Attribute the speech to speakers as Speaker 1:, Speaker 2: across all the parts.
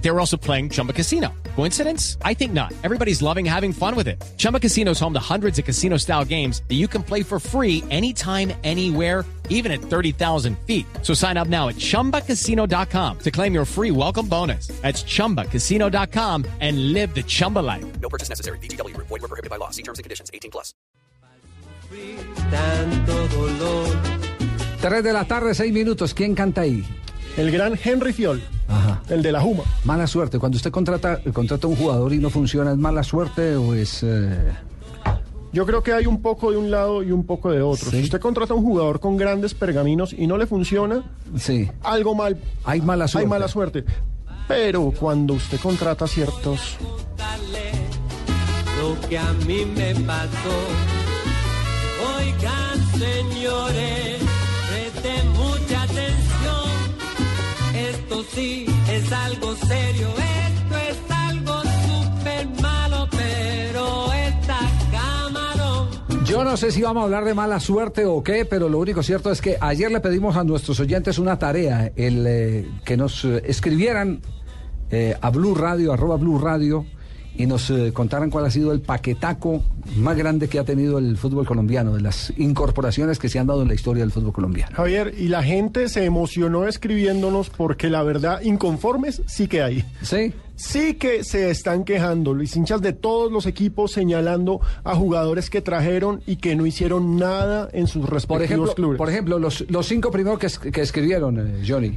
Speaker 1: They were also playing Chumba Casino. Coincidence? I think not. Everybody's loving having fun with it. Chumba Casino is home to hundreds of casino style games that you can play for free anytime, anywhere even at 30,000 feet. So sign up now at ChumbaCasino.com to claim your free welcome bonus. That's ChumbaCasino.com and live the Chumba life.
Speaker 2: No purchase necessary. BGW. Void were prohibited by law. See terms and conditions. 18 plus.
Speaker 3: tanto dolor.
Speaker 4: 3 de la tarde, 6 minutos. ¿Quién canta ahí?
Speaker 5: El gran Henry Fiol, el de la Juma.
Speaker 4: Mala suerte. Cuando usted contrata, contrata a un jugador y no funciona, ¿es mala suerte o es...? eh,
Speaker 5: Yo creo que hay un poco de un lado y un poco de otro. Si usted contrata a un jugador con grandes pergaminos y no le funciona,
Speaker 4: Sí.
Speaker 5: algo mal.
Speaker 4: Hay mala suerte.
Speaker 5: Hay mala suerte. Pero cuando usted contrata ciertos,
Speaker 3: Contarle lo que a mí me pasó. Oigan, señores, presten mucha atención. Esto sí es algo serio. Esto es algo súper malo, pero está camarón.
Speaker 4: Yo no sé si vamos a hablar de mala suerte o qué, pero lo único cierto es que ayer le pedimos a nuestros oyentes una tarea, el eh, que nos eh, escribieran eh, a Blue Radio, arroba Blue Radio, y nos eh, contaran cuál ha sido el paquetaco más grande que ha tenido el fútbol colombiano, de las incorporaciones que se han dado en la historia del fútbol colombiano.
Speaker 5: Javier, y la gente se emocionó escribiéndonos porque la verdad, inconformes sí que hay.
Speaker 4: ¿Sí?
Speaker 5: Sí que se están quejando los hinchas de todos los equipos señalando a jugadores que trajeron y que no hicieron nada en sus
Speaker 4: Por
Speaker 5: respectivos
Speaker 4: ejemplo,
Speaker 5: clubes.
Speaker 4: por ejemplo los, los cinco primeros que, es- que escribieron, eh, Johnny.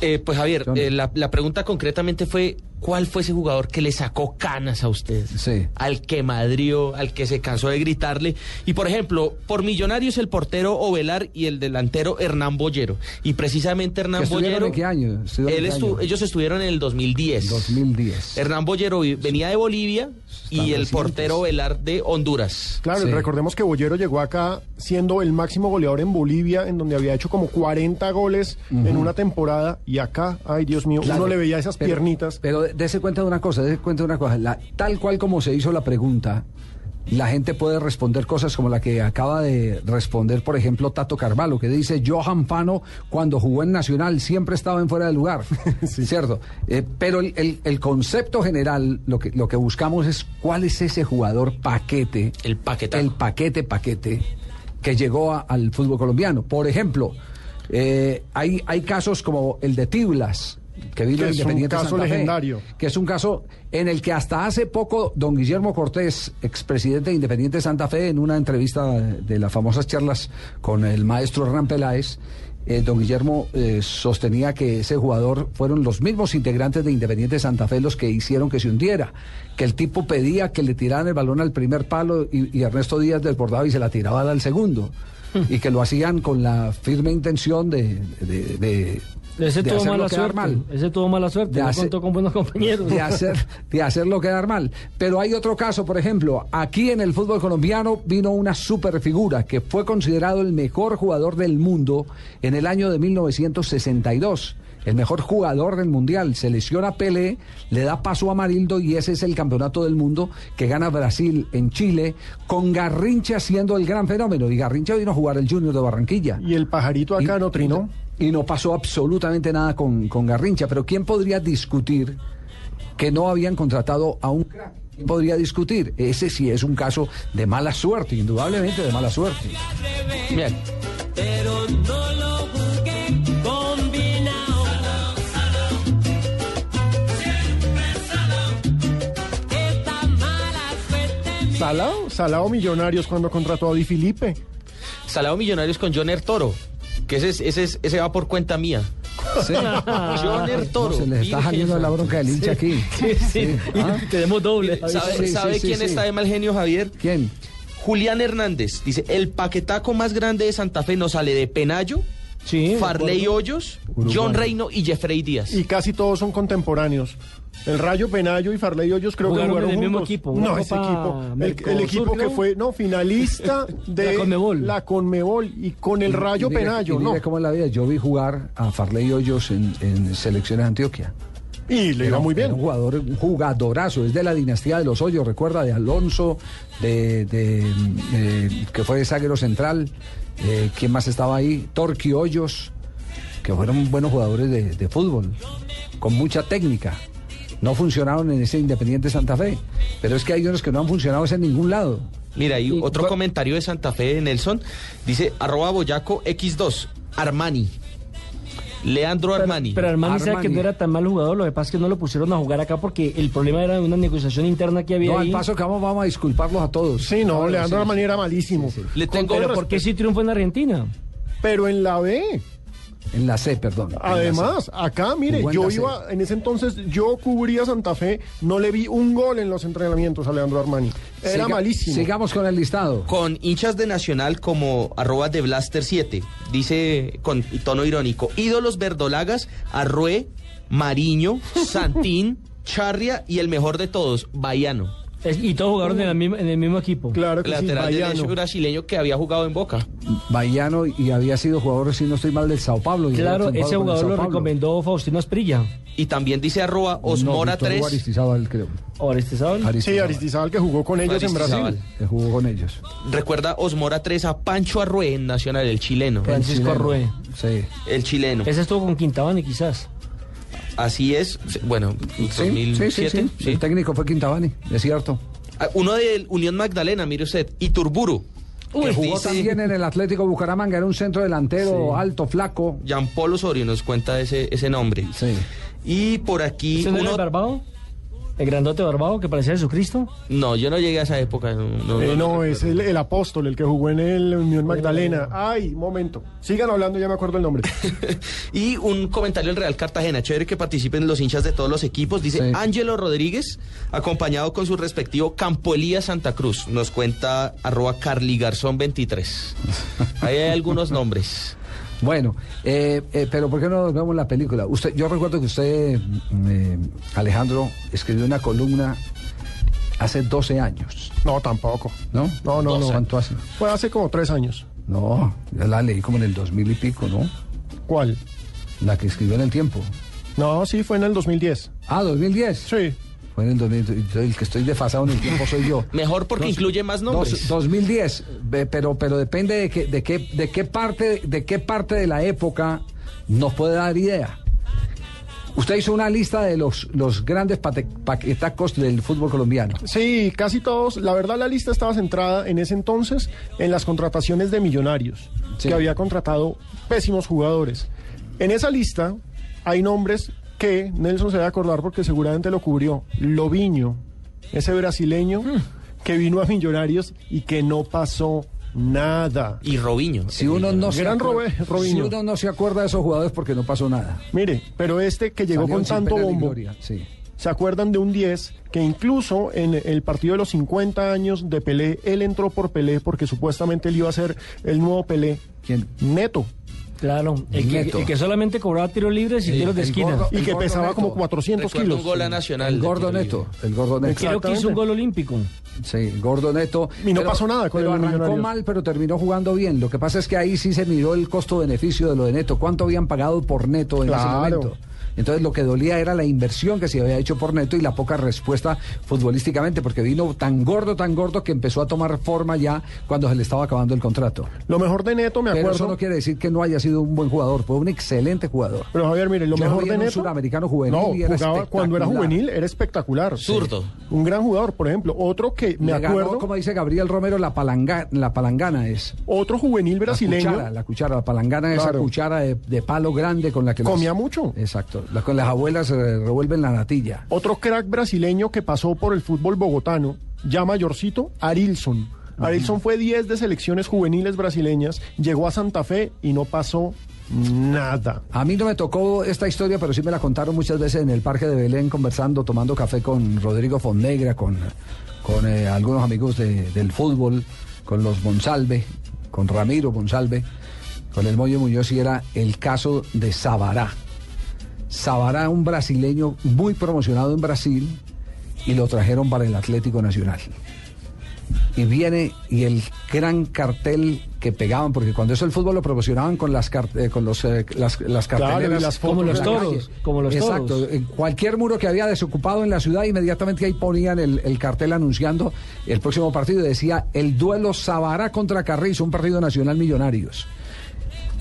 Speaker 6: Eh, pues Javier,
Speaker 4: John.
Speaker 6: eh, la, la pregunta concretamente fue, ¿cuál fue ese jugador que le sacó canas a usted?
Speaker 4: Sí.
Speaker 6: Al que madrió, al que se cansó de gritarle. Y por ejemplo, por Millonarios el portero Ovelar y el delantero Hernán Bollero. Y precisamente Hernán
Speaker 4: ¿Que estuvieron
Speaker 6: Bollero...
Speaker 4: en qué año? ¿Estuvieron
Speaker 6: él
Speaker 4: en qué
Speaker 6: estu-
Speaker 4: año?
Speaker 6: Ellos estuvieron en el 2010.
Speaker 4: 2010.
Speaker 5: Er,
Speaker 6: Hernán Bollero vi- venía de Bolivia
Speaker 4: Están
Speaker 6: y el
Speaker 4: recientes.
Speaker 6: portero Ovelar de Honduras.
Speaker 5: Claro,
Speaker 4: Sí.
Speaker 5: recordemos que Bollero llegó acá siendo el máximo goleador en Bolivia, en donde había hecho como 40 goles en una temporada, y acá, ay Dios mío,
Speaker 4: Claro,
Speaker 5: uno le veía esas
Speaker 4: pero-
Speaker 5: piernitas.
Speaker 4: Pero dése cuenta de una cosa, dése cuenta de una cosa. La- tal cual como se hizo la pregunta, la gente puede responder cosas como la que acaba de responder, por ejemplo, Tato Carvalho, que dice, Johan Fano, cuando jugó en Nacional, siempre estaba en fuera de lugar. ¿Cierto? Eh, pero el, el- el concepto general, lo que, lo que buscamos es cuál es ese jugador paquete.
Speaker 6: El paquetaco.
Speaker 4: El paquete, paquete, que llegó a- al fútbol colombiano. Por ejemplo, eh, hay, hay casos como el de Tiblas, que vino
Speaker 5: Que
Speaker 4: de
Speaker 5: es un
Speaker 4: Independiente
Speaker 5: caso
Speaker 4: Santa Fe,
Speaker 5: legendario.
Speaker 4: que es un caso en el que hasta hace poco don Guillermo Cortés, expresidente de Independiente Santa Fe, en una entrevista de las famosas charlas con el maestro Hernán Peláez, eh, don Guillermo eh, sostenía que ese jugador fueron los mismos integrantes de Independiente Santa Fe los que hicieron que se hundiera, que el tipo pedía que le tiraran el balón al primer palo y, y Ernesto Díaz desbordaba y se la tiraba al segundo.
Speaker 7: Hmm.
Speaker 4: Y que lo hacían con la firme intención de, de- de-
Speaker 7: Ese
Speaker 4: de
Speaker 7: tuvo
Speaker 4: hacerlo
Speaker 7: mala
Speaker 4: quedar
Speaker 7: suerte.
Speaker 4: mal.
Speaker 7: Ese tuvo mala suerte.
Speaker 4: De
Speaker 7: No
Speaker 4: hacer-
Speaker 7: contó con buenos compañeros.
Speaker 4: De, hacer, de hacerlo quedar mal. Pero hay otro caso, por ejemplo, aquí en el fútbol colombiano vino una super figura que fue considerado el mejor jugador del mundo en el año de 1962. El mejor jugador del mundial. Se lesiona Pelé, le da paso a Marildo y ese es el campeonato del mundo que gana Brasil en Chile, con Garrincha siendo el gran fenómeno. Y Garrincha vino a jugar el Junior de Barranquilla.
Speaker 5: Y el pajarito acá no trinó.
Speaker 4: Y no pasó absolutamente nada con, con Garrincha. Pero ¿quién podría discutir que no habían contratado a un crack? ¿Quién podría discutir? Ese sí es un caso de mala suerte, indudablemente de mala suerte.
Speaker 6: Mira,
Speaker 3: pero no lo juzgué combinado. Esta mala suerte
Speaker 5: Salado, Salado Millonarios cuando contrató a Di Filipe.
Speaker 6: Salado Millonarios con John Toro. Que ese, es- ese, es- ese va por cuenta mía.
Speaker 4: Sí.
Speaker 6: John Toro.
Speaker 4: se les está
Speaker 6: Virgen
Speaker 4: saliendo la
Speaker 6: santa.
Speaker 4: bronca del hincha aquí.
Speaker 7: Sí, sí.
Speaker 4: ¿Ah?
Speaker 7: Tenemos doble.
Speaker 6: ¿Sabe,
Speaker 4: Sí, sí,
Speaker 6: sabe
Speaker 4: sí,
Speaker 6: quién
Speaker 4: sí.
Speaker 6: está de mal genio, Javier?
Speaker 4: ¿Quién?
Speaker 6: Julián Hernández dice: el paquetaco más grande de Santa Fe nos sale de Penayo,
Speaker 7: Sí, me
Speaker 6: Farley
Speaker 7: acuerdo.
Speaker 6: Hoyos,
Speaker 4: Uruguay.
Speaker 6: John Reino y Jeffrey Díaz.
Speaker 5: Y casi todos son contemporáneos. El Rayo Penayo y Farley Hoyos creo
Speaker 7: Jugaron
Speaker 5: que
Speaker 7: en
Speaker 5: jugaron
Speaker 7: el mismo
Speaker 5: juntos.
Speaker 7: equipo, una
Speaker 5: No, ese
Speaker 7: Copa
Speaker 5: equipo. El- El,
Speaker 7: Mercosur,
Speaker 5: equipo que
Speaker 7: creo.
Speaker 5: fue, no, finalista de
Speaker 7: La Conmebol.
Speaker 5: la Conmebol y con el Rayo
Speaker 4: Y mire-
Speaker 5: Penayo,
Speaker 4: y mire
Speaker 5: ¿no?
Speaker 4: cómo es la vida. Yo vi jugar a Farley Hoyos en, en selecciones de Antioquia.
Speaker 5: Y le iba
Speaker 4: Era-
Speaker 5: muy bien.
Speaker 4: era un jugador, un jugadorazo, es de la dinastía de los hoyos, recuerda, de Alonso, de, de, de- que fue zaguero central, eh, ¿quién más estaba ahí? Torqui Hoyos, que fueron buenos jugadores de, de fútbol, con mucha técnica. No funcionaron en ese Independiente Santa Fe, pero es que hay unos que no han funcionado es en ningún lado.
Speaker 6: Mira, y
Speaker 7: Y-
Speaker 6: otro
Speaker 7: va-
Speaker 6: comentario de Santa Fe de Nelson. Dice, arroba Boyaco X2, Armani. Leandro
Speaker 7: Pero-
Speaker 6: Armani.
Speaker 7: Pero Armani, sabe
Speaker 4: Armani.
Speaker 7: que no era tan mal jugador, lo que pasa es que no lo pusieron a jugar acá porque el problema era una negociación interna que había
Speaker 4: No, al
Speaker 7: ahí.
Speaker 4: paso que vamos, vamos a disculparlos a todos.
Speaker 5: Sí, no,
Speaker 4: Ahora
Speaker 5: Leandro
Speaker 4: sí.
Speaker 5: Armani era malísimo.
Speaker 6: Le
Speaker 5: Con
Speaker 6: tengo-
Speaker 5: todo
Speaker 7: Pero
Speaker 5: el
Speaker 7: ¿por qué
Speaker 5: respeto.
Speaker 7: sí triunfó en Argentina?
Speaker 5: Pero en la B.
Speaker 4: En la C, perdón. en la C.
Speaker 5: Además, acá, mire,
Speaker 4: Jugó en
Speaker 5: yo
Speaker 4: la C.
Speaker 5: iba, en ese entonces, yo cubría Santa Fe, no le vi un gol en los entrenamientos a Leandro Armani. Era
Speaker 4: Siga-
Speaker 5: malísimo.
Speaker 4: Sigamos con el listado.
Speaker 6: Con hinchas de Nacional como arroba de Blaster 7. Dice con tono irónico. Ídolos verdolagas, Arrué, Mariño, Santín, Charria y el mejor de todos, Baiano.
Speaker 7: Es- y todos jugaron en, la misma- en el mismo equipo.
Speaker 5: Claro que sí,
Speaker 6: Lateral
Speaker 5: Baiano.
Speaker 6: derecho brasileño que había jugado en Boca.
Speaker 4: Bahiano y había sido jugador, si no estoy mal, del Sao Paulo. y
Speaker 7: Claro,
Speaker 4: había triunfado
Speaker 7: ese
Speaker 4: con el
Speaker 7: jugador
Speaker 4: Sao
Speaker 7: lo
Speaker 4: Paulo.
Speaker 7: recomendó Faustino Asprilla.
Speaker 6: Y también dice arroba
Speaker 4: no,
Speaker 6: Osmora
Speaker 4: Víctor
Speaker 6: 3.
Speaker 4: Hugo Aristizábal, creo.
Speaker 7: Orestizábal.
Speaker 5: Sí, Aristizábal que jugó con ellos en Brasil.
Speaker 6: Aristizábal.
Speaker 4: Que jugó con ellos.
Speaker 6: Recuerda Osmora 3 a Pancho Arrué en Nacional, el chileno.
Speaker 7: Francisco
Speaker 4: El chileno.
Speaker 7: Arrué.
Speaker 4: Sí.
Speaker 6: El chileno.
Speaker 7: Ese estuvo con Quintabani quizás.
Speaker 6: Así es. Bueno,
Speaker 4: Sí,
Speaker 6: 2007.
Speaker 4: sí, sí, sí.
Speaker 6: sí.
Speaker 4: El técnico fue Quintabani, es cierto.
Speaker 6: Ah, Uno de Unión Magdalena, mire usted. Y Turburu.
Speaker 4: Que jugó también en el Atlético Bucaramanga, era un centro delantero alto, flaco.
Speaker 6: Jean Paul Osorio nos cuenta ese, ese nombre.
Speaker 4: Sí.
Speaker 6: Y por aquí
Speaker 7: ¿Ese no era el
Speaker 6: uno...
Speaker 7: Barbado? ¿El grandote Barbado que parecía Jesucristo?
Speaker 6: No, yo no llegué a esa época. No, no,
Speaker 5: Eh,
Speaker 6: no
Speaker 5: no, es el, el apóstol, el que jugó en el
Speaker 4: Oh.
Speaker 5: Unión Magdalena. Ay, momento. Sigan hablando, ya me acuerdo el nombre.
Speaker 6: Y un comentario del Real Cartagena, chévere que participen los hinchas de todos los equipos.
Speaker 4: Sí.
Speaker 6: Dice Ángelo Rodríguez, acompañado con su respectivo Campo Elías Santa Cruz. Nos cuenta arroba Carly Garzón 23. Ahí hay algunos nombres.
Speaker 4: Bueno, eh, eh, pero ¿por qué no vemos la película? Usted, yo recuerdo que usted, mm, eh, Alejandro, escribió una columna hace 12 años,
Speaker 5: No, tampoco.
Speaker 4: ¿no?
Speaker 5: No, no, no.
Speaker 4: ¿Cuánto hace?
Speaker 5: Fue hace como tres años.
Speaker 4: No, yo la leí como en el 2000 y pico, ¿no?
Speaker 5: ¿Cuál?
Speaker 4: La que escribió en el tiempo.
Speaker 5: No, sí, fue en el 2010.
Speaker 4: Ah, 2010.
Speaker 5: Sí.
Speaker 4: Fue en el 2000. yo- El que estoy desfasado en el tiempo soy yo.
Speaker 6: Mejor porque incluye más nombres.
Speaker 4: Dos- 2010, ve- pero, pero depende de, que, de, qué, de, qué parte, de qué parte de la época nos puede dar idea. Usted hizo una lista de los, los grandes pate- paquetacos del fútbol colombiano.
Speaker 5: Sí, casi todos. La verdad, la lista estaba centrada en ese entonces en las contrataciones de millonarios,
Speaker 4: Sí.
Speaker 5: que había contratado pésimos jugadores. En esa lista hay nombres que Nelson se debe acordar porque seguramente lo cubrió. Lobiño, ese brasileño
Speaker 4: Hmm.
Speaker 5: que vino a Millonarios y que no pasó nada.
Speaker 6: Y Robinho. eh,
Speaker 4: Si uno no, se
Speaker 5: Gran
Speaker 4: acuer-
Speaker 5: Robe- Robinho.
Speaker 4: si uno no se acuerda de esos jugadores porque no pasó nada.
Speaker 5: Mire, pero este que llegó
Speaker 4: Salieron
Speaker 5: con
Speaker 4: sin
Speaker 5: tanto
Speaker 4: pena ni
Speaker 5: bombo.
Speaker 4: gloria, Sí.
Speaker 5: ¿Se acuerdan de un 10 que incluso en el partido de los 50 años de Pelé, él entró por Pelé porque supuestamente él iba a ser el nuevo Pelé?
Speaker 4: ¿Quién?
Speaker 5: Neto.
Speaker 7: Claro, el que,
Speaker 4: Neto.
Speaker 7: el que solamente cobraba tiros libres y tiros de
Speaker 4: el
Speaker 7: esquina.
Speaker 4: gordo.
Speaker 5: Y
Speaker 4: El
Speaker 5: que pesaba
Speaker 4: Neto.
Speaker 5: como 400
Speaker 6: Recuerdo
Speaker 5: kilos.
Speaker 6: un gol a Nacional.
Speaker 4: El gordo
Speaker 6: de-
Speaker 4: neto. El gordo neto.
Speaker 7: Creo que hizo un gol olímpico.
Speaker 4: Sí, gordo neto.
Speaker 5: Y no pasó nada con
Speaker 4: pero
Speaker 5: el
Speaker 4: arrancó
Speaker 5: Millonarios.
Speaker 4: mal, pero terminó jugando bien. Lo que pasa es que ahí sí se miró el costo-beneficio de lo de neto. ¿Cuánto habían pagado por neto en
Speaker 5: Claro.
Speaker 4: ese momento? Entonces lo que dolía era la inversión que se había hecho por Neto y la poca respuesta futbolísticamente, porque vino tan gordo, tan gordo que empezó a tomar forma ya cuando se le estaba acabando el contrato.
Speaker 5: Lo mejor de Neto, me
Speaker 4: Pero
Speaker 5: acuerdo.
Speaker 4: eso no quiere decir que no haya sido un buen jugador, fue un excelente jugador.
Speaker 5: Pero Javier, mire, lo
Speaker 4: Yo lo
Speaker 5: mejor
Speaker 4: vi
Speaker 5: de
Speaker 4: en un
Speaker 5: Neto.
Speaker 4: suramericano juvenil
Speaker 5: No,
Speaker 4: y era
Speaker 5: jugaba cuando era
Speaker 4: espectacular.
Speaker 5: juvenil, era espectacular.
Speaker 6: Zurdo.
Speaker 5: Un gran jugador, por ejemplo. Otro que me
Speaker 4: Le ganó,
Speaker 5: acuerdo,
Speaker 4: como dice Gabriel Romero, la, palanga- la palangana es.
Speaker 5: otro juvenil
Speaker 4: La
Speaker 5: brasileño.
Speaker 4: cuchara, la cuchara, la palangana, esa
Speaker 5: Claro.
Speaker 4: cuchara de, de palo grande con la que...
Speaker 5: Comía mucho.
Speaker 4: Exacto, la, con las abuelas eh, revuelven la natilla.
Speaker 5: Otro crack brasileño que pasó por el fútbol bogotano, ya mayorcito, Arilson. Arilson fue 10 de selecciones juveniles brasileñas, llegó a Santa Fe y no pasó nada.
Speaker 4: A mí no me tocó esta historia, pero sí me la contaron muchas veces en el Parque de Belén, conversando, tomando café con Rodrigo Fonnegra, con, con eh, algunos amigos de- del fútbol, con los Monsalve, con Ramiro Monsalve, con el Moyo Muñoz, y era el caso de Sabará. Sabará, un brasileño muy promocionado en Brasil, y lo trajeron para el Atlético Nacional. y viene y el gran cartel que pegaban, porque cuando eso el fútbol lo promocionaban con las car- eh, con los, eh, las, las
Speaker 5: Claro, y
Speaker 4: carteleras.
Speaker 5: las
Speaker 7: Como
Speaker 5: fotos
Speaker 7: los
Speaker 5: en la
Speaker 7: toros, como los
Speaker 4: Exacto,
Speaker 7: toros.
Speaker 4: en cualquier muro que había desocupado en la ciudad, inmediatamente ahí ponían el, el cartel anunciando el próximo partido. Decía el duelo Sabará contra Carriz, un partido nacional millonarios.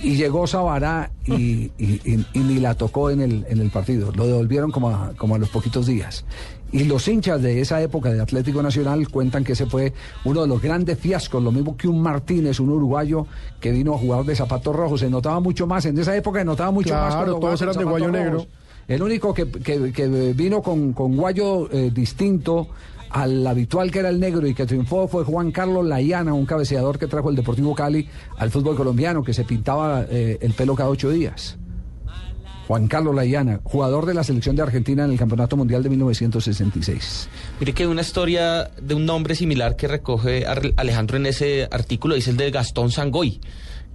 Speaker 4: Y llegó Sabará y, y- y- y ni la tocó en el, en el partido. Lo devolvieron como a, como a los poquitos días. Y los hinchas de esa época de Atlético Nacional cuentan que ese fue uno de los grandes fiascos, lo mismo que un Martínez, un uruguayo que vino a jugar de zapatos rojos. Se notaba mucho más, en esa época se notaba mucho más. cuando
Speaker 5: Claro,
Speaker 4: jugaba
Speaker 5: todos
Speaker 4: con
Speaker 5: eran de
Speaker 4: zapatos
Speaker 5: guayo negro.
Speaker 4: rojos. El único que, que- que vino con, con guayo eh, distinto al habitual que era el negro y que triunfó fue Juan Carlos Laiana, un cabeceador que trajo el Deportivo Cali al fútbol colombiano, que se pintaba eh, el pelo cada ocho días. Juan Carlos Laiana, jugador de la selección de Argentina en el Campeonato Mundial de 1966.
Speaker 6: Mire que hay una historia de un nombre similar que recoge Ar- Alejandro en ese artículo, dice el de Gastón Sangoy,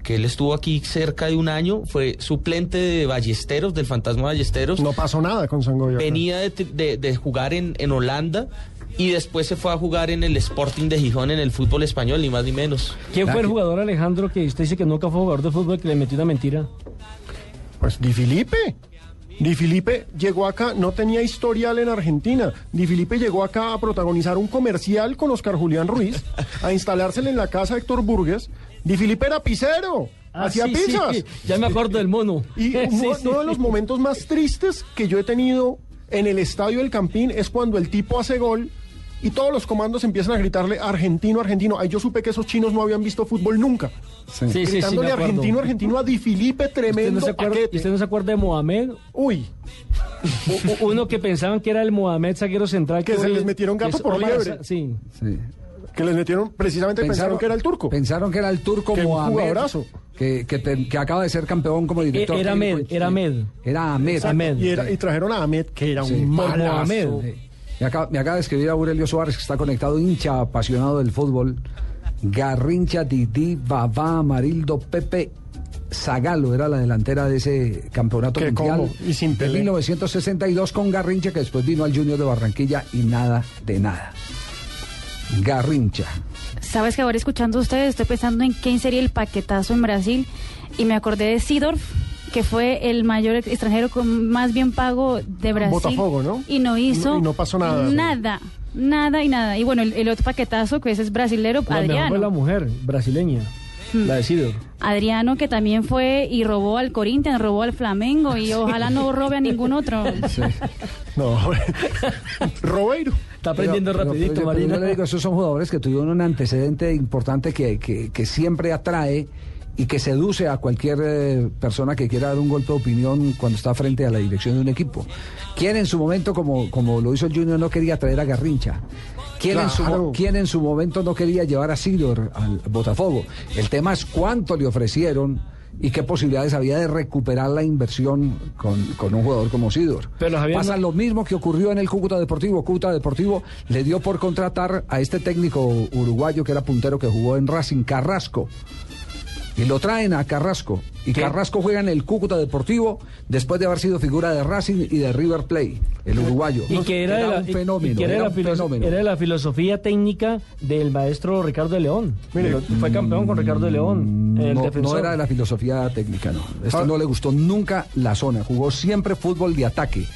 Speaker 6: que él estuvo aquí cerca de un año, fue suplente de Ballesteros, del fantasma Ballesteros.
Speaker 5: No pasó nada con Sangoya. acá.
Speaker 6: Venía de, tri- de- de jugar en, en Holanda y después se fue a jugar en el Sporting de Gijón en el fútbol español, ni más ni menos.
Speaker 7: ¿Quién
Speaker 4: La
Speaker 7: fue el
Speaker 4: que-
Speaker 7: jugador Alejandro que usted dice que nunca fue jugador de fútbol que le metió una mentira?
Speaker 5: Pues Di Filipe. Di Filipe llegó acá, no tenía historial en Argentina. Di Filipe llegó acá a protagonizar un comercial con Oscar Julián Ruiz, a instalársele en la casa de Héctor Burgues. Di Filipe era pizzero, hacía
Speaker 7: Ah, sí, sí,
Speaker 5: pizzas.
Speaker 7: sí, ya me acuerdo del mono.
Speaker 5: Y
Speaker 7: Sí,
Speaker 5: uno,
Speaker 7: sí.
Speaker 5: uno de los momentos más tristes que yo he tenido en el estadio del Campín es cuando el tipo hace gol y todos los comandos empiezan a gritarle argentino, argentino. Ahí yo supe que esos chinos no habían visto fútbol nunca.
Speaker 7: Sí, sí, sí, me
Speaker 5: Gritándole
Speaker 7: acuerdo.
Speaker 5: argentino, argentino a Di Filipe,
Speaker 7: ¿Usted
Speaker 5: tremendo
Speaker 7: no, se acuerda,
Speaker 5: paquete.
Speaker 7: usted no se acuerda de Mohamed?
Speaker 5: Uy,
Speaker 7: U- u- Uno que pensaban que era el Mohamed zaguero central.
Speaker 5: Que se
Speaker 7: hoy-
Speaker 5: les metieron
Speaker 7: que
Speaker 5: gato
Speaker 7: es-
Speaker 5: por
Speaker 7: hoy
Speaker 5: liebre.
Speaker 7: pasa- Sí.
Speaker 4: Sí.
Speaker 5: que les metieron, precisamente pensaron, que era el turco.
Speaker 4: Pensaron que era el turco
Speaker 5: Que un
Speaker 4: Mohamed.
Speaker 5: jugadorazo.
Speaker 4: Que, que te- que acaba de ser campeón como director.
Speaker 7: E, era Ahmed,
Speaker 4: técnico.
Speaker 7: era Ahmed.
Speaker 4: Era Ahmed.
Speaker 7: Ahmed.
Speaker 5: y, era- y trajeron a Ahmed, que era un
Speaker 7: por
Speaker 5: malazo.
Speaker 7: Mohamed.
Speaker 4: Sí. Me acaba, me acaba de escribir Aurelio Suárez, que está conectado, hincha apasionado del fútbol. Garrincha, Didi, Babá, Amarildo, Pepe. Zagalo era la delantera de ese campeonato
Speaker 5: Qué
Speaker 4: mundial
Speaker 5: combo, y sin
Speaker 4: de
Speaker 5: Pelé.
Speaker 4: 1962 con Garrincha que después vino al Junior de Barranquilla y nada de nada. Garrincha.
Speaker 8: Sabes que ahora escuchando a ustedes estoy pensando en quién sería el paquetazo en Brasil y me acordé de Sidorf, que fue el mayor ex- extranjero con más bien pago de Brasil.
Speaker 5: Botafogo, ¿no?
Speaker 8: Y no hizo
Speaker 5: No- y no pasó nada, ¿no?
Speaker 8: Nada, nada y nada. Y bueno, el, el otro paquetazo que ese es
Speaker 7: La
Speaker 8: brasilero,
Speaker 7: mejor fue la
Speaker 8: Adriano.
Speaker 7: mujer brasileña, la de Sidor.
Speaker 8: Adriano que también fue y robó al Corinthians, robó al Flamengo y ojalá no robe a ningún otro.
Speaker 5: No, Robeiro.
Speaker 7: Está aprendiendo
Speaker 4: Pero- pero-
Speaker 7: rapidito,
Speaker 4: pero yo- pero
Speaker 7: Marina.
Speaker 4: yo le digo, esos son jugadores que tuvieron un antecedente importante que, que- que siempre atrae y que seduce a cualquier eh, persona que quiera dar un golpe de opinión cuando está frente a la dirección de un equipo. ¿Quién en su momento, como, como lo hizo el Junior, no quería traer a Garrincha? ¿Quién, en su,
Speaker 5: Claro.
Speaker 4: mo- quién en su momento no quería llevar a Sidor al Botafogo? El tema es cuánto le ofrecieron y qué posibilidades había de recuperar la inversión con, con un jugador como Sidor.
Speaker 7: Pero, Javier,
Speaker 4: Pasa
Speaker 7: no-
Speaker 4: lo mismo que ocurrió en el Cúcuta Deportivo. Cúcuta Deportivo le dio por contratar a este técnico uruguayo que era puntero que jugó en Racing Carrasco. Y lo traen a Carrasco. Y Carrasco juega en el Cúcuta Deportivo después de haber sido figura de Racing y de River Plate, el uruguayo.
Speaker 7: Y que era, de la-
Speaker 4: un
Speaker 7: y- y
Speaker 4: fenómeno.
Speaker 7: que era de
Speaker 4: era
Speaker 7: la
Speaker 4: un
Speaker 7: filo-
Speaker 4: fenómeno.
Speaker 7: era de la filosofía técnica del maestro Ricardo de León. Pero fue campeón con Ricardo de León. el
Speaker 4: Mm, No,
Speaker 7: defensor. Ah.
Speaker 4: no era de la filosofía técnica, no. Esto no le gustó nunca la zona. Jugó siempre fútbol de ataque.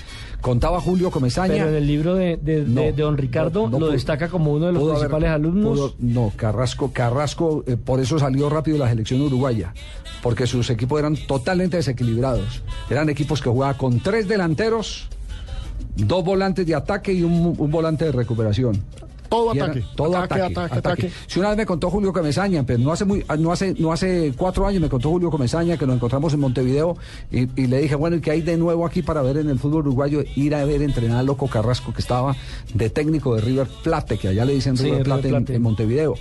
Speaker 4: Contaba Julio Comesaña.
Speaker 7: Pero en el libro de, de- de-
Speaker 4: No,
Speaker 7: de Don Ricardo
Speaker 4: no, no
Speaker 7: lo
Speaker 4: pudo.
Speaker 7: destaca como uno de los
Speaker 4: Pudo haber-
Speaker 7: principales alumnos.
Speaker 4: pudo- no, Carrasco, Carrasco, eh, por eso salió rápido de la selección uruguaya, porque sus equipos eran totalmente desequilibrados. Eran equipos que jugaban con tres delanteros, dos volantes de ataque y un, un volante de recuperación.
Speaker 5: Todo
Speaker 4: Y era
Speaker 5: ataque.
Speaker 4: todo ataque,
Speaker 5: ataque,
Speaker 4: ataque.
Speaker 5: ataque.
Speaker 4: Si una vez me contó Julio Comesaña, pero no hace muy, no hace, no hace cuatro años me contó Julio Comesaña que nos encontramos en Montevideo y, y le dije, bueno, ¿y qué hay de nuevo aquí para ver en el fútbol uruguayo? Ir a ver entrenar a Loco Carrasco, que estaba de técnico de River Plate, que allá le dicen
Speaker 7: Sí,
Speaker 4: River
Speaker 7: River
Speaker 4: Plate en,
Speaker 7: Plate.
Speaker 4: en Montevideo.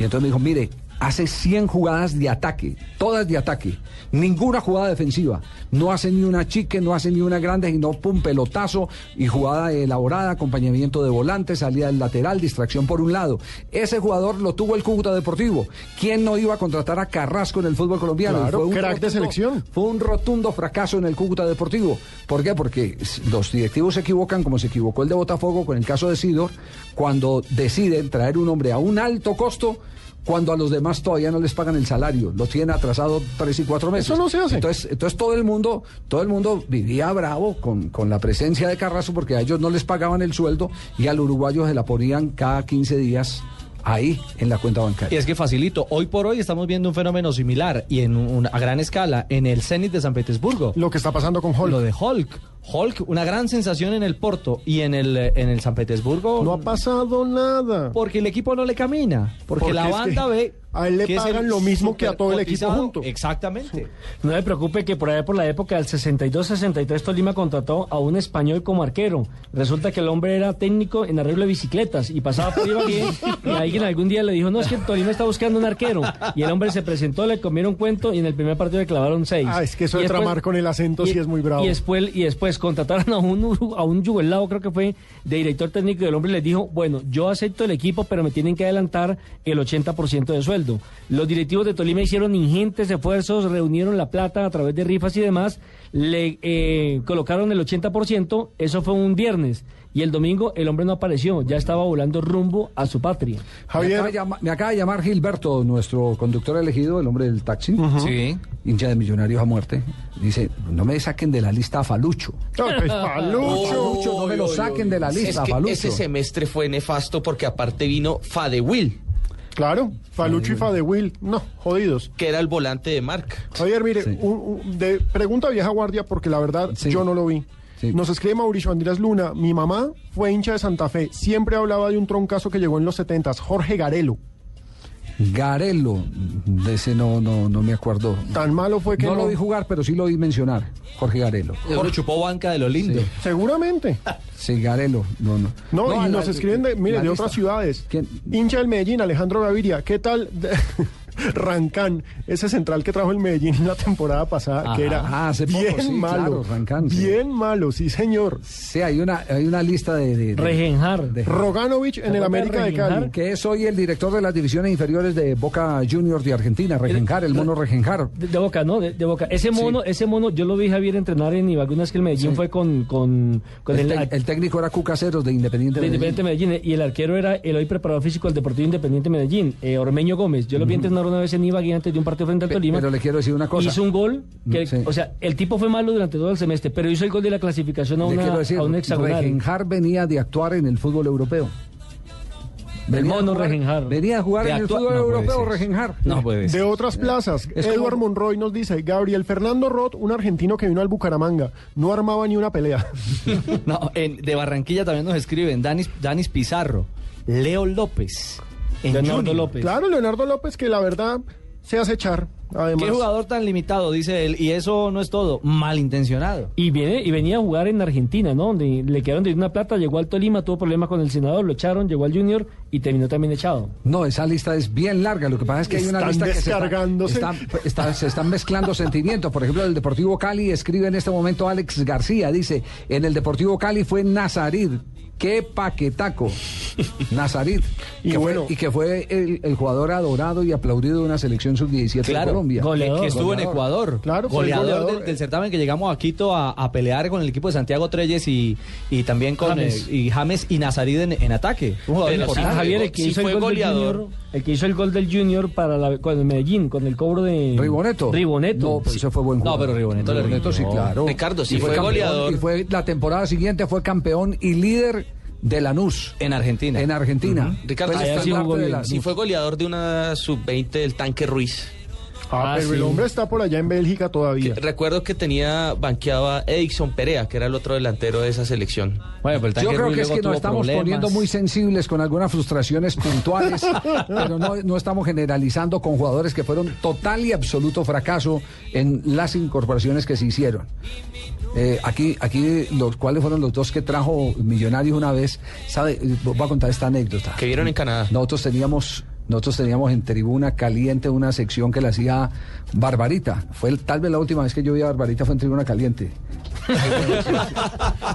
Speaker 4: Y entonces me dijo, mire, hace 100 jugadas de ataque, todas de ataque, ninguna jugada defensiva, no hace ni una chique, no hace ni una grande, sino pum, pelotazo y jugada elaborada, acompañamiento de volante, salida del lateral, distracción por un lado. Ese jugador lo tuvo el Cúcuta Deportivo. ¿Quién no iba a contratar a Carrasco en el fútbol colombiano? Y
Speaker 5: Claro, crack de selección.
Speaker 4: Fue un rotundo fracaso en el Cúcuta Deportivo. ¿Por qué? Porque s- los directivos se equivocan, como se equivocó el de Botafogo con el caso de Sidor, cuando deciden traer un hombre a un alto costo cuando a los demás todavía no les pagan el salario, los tienen atrasado tres y cuatro meses.
Speaker 5: Eso no se hace.
Speaker 4: Entonces, entonces todo el mundo, todo el mundo vivía bravo con, con la presencia de Carrasco porque a ellos no les pagaban el sueldo y al uruguayo se la ponían cada 15 días ahí en la cuenta bancaria.
Speaker 9: Y es que facilito, hoy por hoy estamos viendo un fenómeno similar y en un- a gran escala en el Zenit de San Petersburgo.
Speaker 5: Lo que está pasando con Hall.
Speaker 9: Lo de Hulk. Hulk, una gran sensación en el Porto y en el, eh, en el San Petersburgo.
Speaker 5: No ha pasado nada.
Speaker 9: Porque el equipo no le camina. Porque,
Speaker 5: Porque
Speaker 9: la
Speaker 5: es
Speaker 9: banda
Speaker 5: que
Speaker 9: ve.
Speaker 5: a él le
Speaker 9: es el
Speaker 5: pagan lo mismo que a todo el equipo
Speaker 9: supercotizado.
Speaker 5: junto.
Speaker 9: Exactamente.
Speaker 7: No me preocupe que por allá por la época del 62-63 Tolima contrató a un español como arquero. Resulta que el hombre era técnico en arreglo de bicicletas y pasaba por Ibagué y alguien algún día le dijo, no, es que Tolima está buscando un arquero. Y el hombre se presentó, le comieron cuento y en el primer partido le clavaron seis.
Speaker 5: Ah, es que eso
Speaker 7: Y
Speaker 5: de
Speaker 7: después-
Speaker 5: tramar con el acento sí es muy bravo.
Speaker 7: Y después, y después contrataron a un, uru- a un yugoslavo, creo que fue, de director técnico y el hombre les dijo, bueno, yo acepto el equipo, pero me tienen que adelantar el 80% de sueldo. Los directivos de Tolima hicieron ingentes esfuerzos, reunieron la plata a través de rifas y demás, le eh, colocaron el 80%, eso fue un viernes. Y el domingo el hombre no apareció, ya estaba volando rumbo a su patria.
Speaker 4: Me, acaba de
Speaker 5: Javier,
Speaker 4: llama- me acaba de llamar Gilberto, nuestro conductor elegido, el hombre del taxi,
Speaker 9: Sí.
Speaker 4: hincha de Millonarios a muerte. Dice, no me saquen de la lista a Falucho.
Speaker 5: Ay, pues, Palucho.
Speaker 4: Falucho, no me lo saquen de la
Speaker 6: Es
Speaker 4: lista,
Speaker 6: que
Speaker 4: Falucho.
Speaker 6: ese semestre fue nefasto porque aparte vino Fadewil,
Speaker 5: Claro, Falucho y Fadewil. No, jodidos.
Speaker 6: que era el volante de marca.
Speaker 5: Javier, mire,
Speaker 4: Sí.
Speaker 5: un- un- de pregunta a vieja guardia porque la verdad
Speaker 4: Sí.
Speaker 5: yo no lo vi.
Speaker 4: Sí.
Speaker 5: Nos escribe Mauricio Andrés Luna, mi mamá fue hincha de Santa Fe, siempre hablaba de un troncazo que llegó en los 70s, Jorge Garelo.
Speaker 4: Garelo, de ese no, no, no me acuerdo.
Speaker 5: Tan malo fue que
Speaker 4: No
Speaker 5: no,
Speaker 4: lo vi jugar, pero sí lo vi mencionar. Jorge Garelo.
Speaker 9: Jorge chupó banca de lo lindo.
Speaker 5: Seguramente.
Speaker 4: Sí, Garelo. No, no.
Speaker 5: No, y
Speaker 4: la-
Speaker 5: nos escriben de, mire,
Speaker 4: la
Speaker 5: de
Speaker 4: lista.
Speaker 5: otras ciudades.
Speaker 4: ¿Quién?
Speaker 5: Hincha del Medellín, Alejandro Gaviria, ¿qué tal? Rancán, ese central que trajo el Medellín la temporada pasada, que era
Speaker 4: Ah, hace poco,
Speaker 5: bien
Speaker 4: sí,
Speaker 5: malo.
Speaker 4: claro, Rancán, sí.
Speaker 5: bien malo, sí, señor.
Speaker 4: Sí, hay una, hay una lista de. de- de-
Speaker 7: Regenjar.
Speaker 4: de-
Speaker 5: Roganovich en el
Speaker 7: acuerdas
Speaker 5: América
Speaker 7: de
Speaker 5: de Cali.
Speaker 7: Regenjar?
Speaker 4: que es hoy el director de las divisiones inferiores de Boca Juniors de Argentina, Regenjar, el mono Regenjar.
Speaker 7: De, de Boca, ¿no? De, de Boca. Ese mono, ese mono, yo lo vi Javier entrenar en Ibagué, una vez que el Medellín fue con, con, con
Speaker 4: El,
Speaker 7: el,
Speaker 4: tec- el técnico era Cucaseros de Independiente.
Speaker 7: de
Speaker 4: Medellín.
Speaker 7: Independiente Medellín eh, y el arquero era el hoy preparador físico del Deportivo Independiente Medellín, eh, Ormeño Gómez. Yo lo vi entrenar una vez en Ibagué antes de un partido frente al
Speaker 4: Pe-
Speaker 7: Tolima.
Speaker 4: pero le quiero decir una cosa. Mm,
Speaker 7: Hizo un gol, que,
Speaker 4: Sí.
Speaker 7: o sea, el tipo fue malo durante todo el semestre, pero hizo el gol de la clasificación a,
Speaker 4: Le
Speaker 7: una,
Speaker 4: quiero decir,
Speaker 7: a un hexagonal.
Speaker 4: Regenjar venía de actuar en el fútbol europeo. a
Speaker 7: mono
Speaker 4: jugar-
Speaker 7: Regenjar.
Speaker 4: Venía a jugar
Speaker 9: De
Speaker 4: en el
Speaker 9: actua-
Speaker 4: fútbol
Speaker 9: no puede
Speaker 4: europeo,
Speaker 9: ser.
Speaker 4: Regenjar.
Speaker 9: No puede
Speaker 5: De
Speaker 9: ser.
Speaker 5: otras plazas,
Speaker 4: Es
Speaker 5: Edward
Speaker 4: como-
Speaker 5: Monroy nos dice, Gabriel Fernando Roth, un argentino que vino al Bucaramanga, no armaba ni una pelea.
Speaker 9: No, en- de Barranquilla también nos escriben Danis, Danis Pizarro, Leo López. en
Speaker 7: Leonardo
Speaker 9: Junior.
Speaker 7: López.
Speaker 5: claro, Leonardo López, que la verdad se hace echar,
Speaker 9: Qué
Speaker 5: además.
Speaker 9: jugador tan limitado, dice él. Y eso no es todo, malintencionado.
Speaker 7: Y, viene, y venía a jugar en Argentina, ¿no? Donde le quedaron de una plata, llegó al Tolima, tuvo problemas con el senador, lo echaron, llegó al Junior y terminó también echado.
Speaker 4: No, esa lista es bien larga. Lo que pasa es que hay una
Speaker 5: Están
Speaker 4: lista
Speaker 5: descargándose.
Speaker 4: que se, está- está- está- se están mezclando sentimientos. Por ejemplo, el Deportivo Cali escribe en este momento Alex García. Dice, en el Deportivo Cali fue Nazarid. ¡Qué paquetaco! Nazarid.
Speaker 5: Y
Speaker 4: que
Speaker 5: bueno.
Speaker 4: fue, y que fue el, el jugador adorado y aplaudido de una selección sub-17 de Colombia.
Speaker 9: que,
Speaker 7: Goleador.
Speaker 9: que estuvo en Ecuador.
Speaker 5: Claro, fue
Speaker 9: goleador,
Speaker 5: goleador.
Speaker 9: del, del certamen que llegamos a Quito a, a pelear con el equipo de Santiago Treyes y, y también con eh,
Speaker 7: James.
Speaker 9: y James y Nazarid en, en ataque. Un jugador
Speaker 6: Pero
Speaker 7: Sí,
Speaker 9: importante.
Speaker 7: Javier, el que,
Speaker 6: Sí
Speaker 7: hizo
Speaker 6: fue
Speaker 7: el gol del
Speaker 6: goleador.
Speaker 7: junior, el que hizo el gol del Junior para la, con el Medellín, con el cobro de
Speaker 4: Riboneto.
Speaker 7: Riboneto.
Speaker 4: No, pues, pero ese fue buen
Speaker 9: No,
Speaker 4: jugador.
Speaker 9: pero Riboneto le
Speaker 4: sí,
Speaker 9: rindió.
Speaker 4: claro.
Speaker 6: Ricardo, sí
Speaker 4: Y
Speaker 6: fue
Speaker 4: campeón,
Speaker 6: goleador.
Speaker 4: Y fue la temporada siguiente, fue campeón y líder de Lanús.
Speaker 9: En Argentina.
Speaker 4: En Argentina.
Speaker 6: Ricardo,
Speaker 4: Fue el
Speaker 6: allá sí
Speaker 4: estandarte
Speaker 7: jugó
Speaker 4: de
Speaker 7: bien.
Speaker 4: Lanús.
Speaker 6: Sí fue goleador de una sub-20 del tanque Ruiz.
Speaker 5: Ah,
Speaker 7: Ah,
Speaker 5: pero el
Speaker 7: sí.
Speaker 5: hombre está por allá en Bélgica
Speaker 6: Que
Speaker 5: todavía.
Speaker 6: recuerdo que tenía banqueaba Edison Perea, que era el otro delantero de esa selección.
Speaker 9: Bueno, pero el
Speaker 4: Yo
Speaker 9: Tanque
Speaker 4: creo
Speaker 9: Ruiz
Speaker 4: que es
Speaker 9: luego
Speaker 4: que nos
Speaker 9: tuvo
Speaker 4: estamos
Speaker 9: problemas.
Speaker 4: poniendo muy sensibles con algunas frustraciones puntuales, pero no, no estamos generalizando con jugadores que fueron total y absoluto fracaso en las incorporaciones que se hicieron. Eh, aquí, aquí los cuales fueron los dos que trajo Millonarios una vez, sabe, Eh, voy a contar esta anécdota.
Speaker 6: Que vieron en Canadá.
Speaker 4: Nosotros teníamos Nosotros teníamos en Tribuna Caliente una sección que la hacía Barbarita. Fue el- tal vez la última vez que yo vi a Barbarita fue en Tribuna Caliente.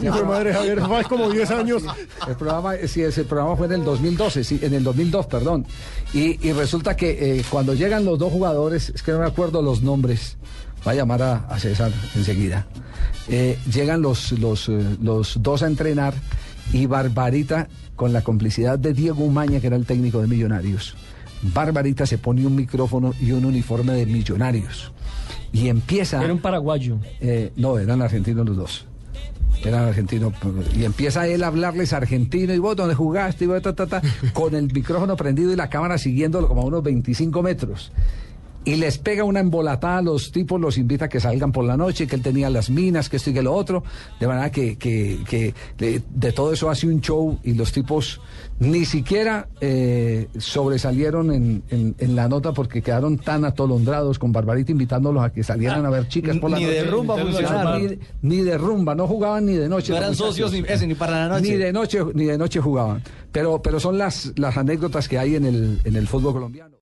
Speaker 5: Hijo de madre, Javier, más como 10 años.
Speaker 7: Ah,
Speaker 4: El programa, eh, sí, ese programa fue en el 2012, sí, en el 2002, perdón. Y, y resulta que eh, cuando llegan los dos jugadores, es que no me acuerdo los nombres, va a llamar a, a César enseguida. Eh, llegan los, los, eh, los dos a entrenar y Barbarita, con la complicidad de Diego Umaña, que era el técnico de Millonarios, Barbarita se pone un micrófono y un uniforme de Millonarios. Y empieza...
Speaker 7: Era un paraguayo.
Speaker 4: Eh, no, eran argentinos los dos. Eran argentinos. pues, Y empieza él a hablarles argentino. Y vos, ¿dónde jugaste? Y vos, ta, ta, ta, con el micrófono prendido y la cámara siguiéndolo como a unos 25 metros. Y les pega una embolatada a los tipos, los invita a que salgan por la noche, que él tenía las minas, que esto y que lo otro. De manera que, que- que de, de todo eso hace un show y los tipos ni siquiera eh, sobresalieron en, en- en la nota porque quedaron tan atolondrados con Barbarita invitándolos a que salieran a ver chicas por la
Speaker 9: Ah, Ni
Speaker 4: noche.
Speaker 9: de rumba
Speaker 4: Ni-
Speaker 9: funcionaban.
Speaker 4: ni- ni de rumba, no jugaban ni de noche.
Speaker 9: No eran
Speaker 4: los muchachos.
Speaker 9: socios ni, ese, ni para la noche.
Speaker 4: Ni de noche, ni de noche jugaban. Pero, pero son las, las anécdotas que hay en el, en el fútbol colombiano.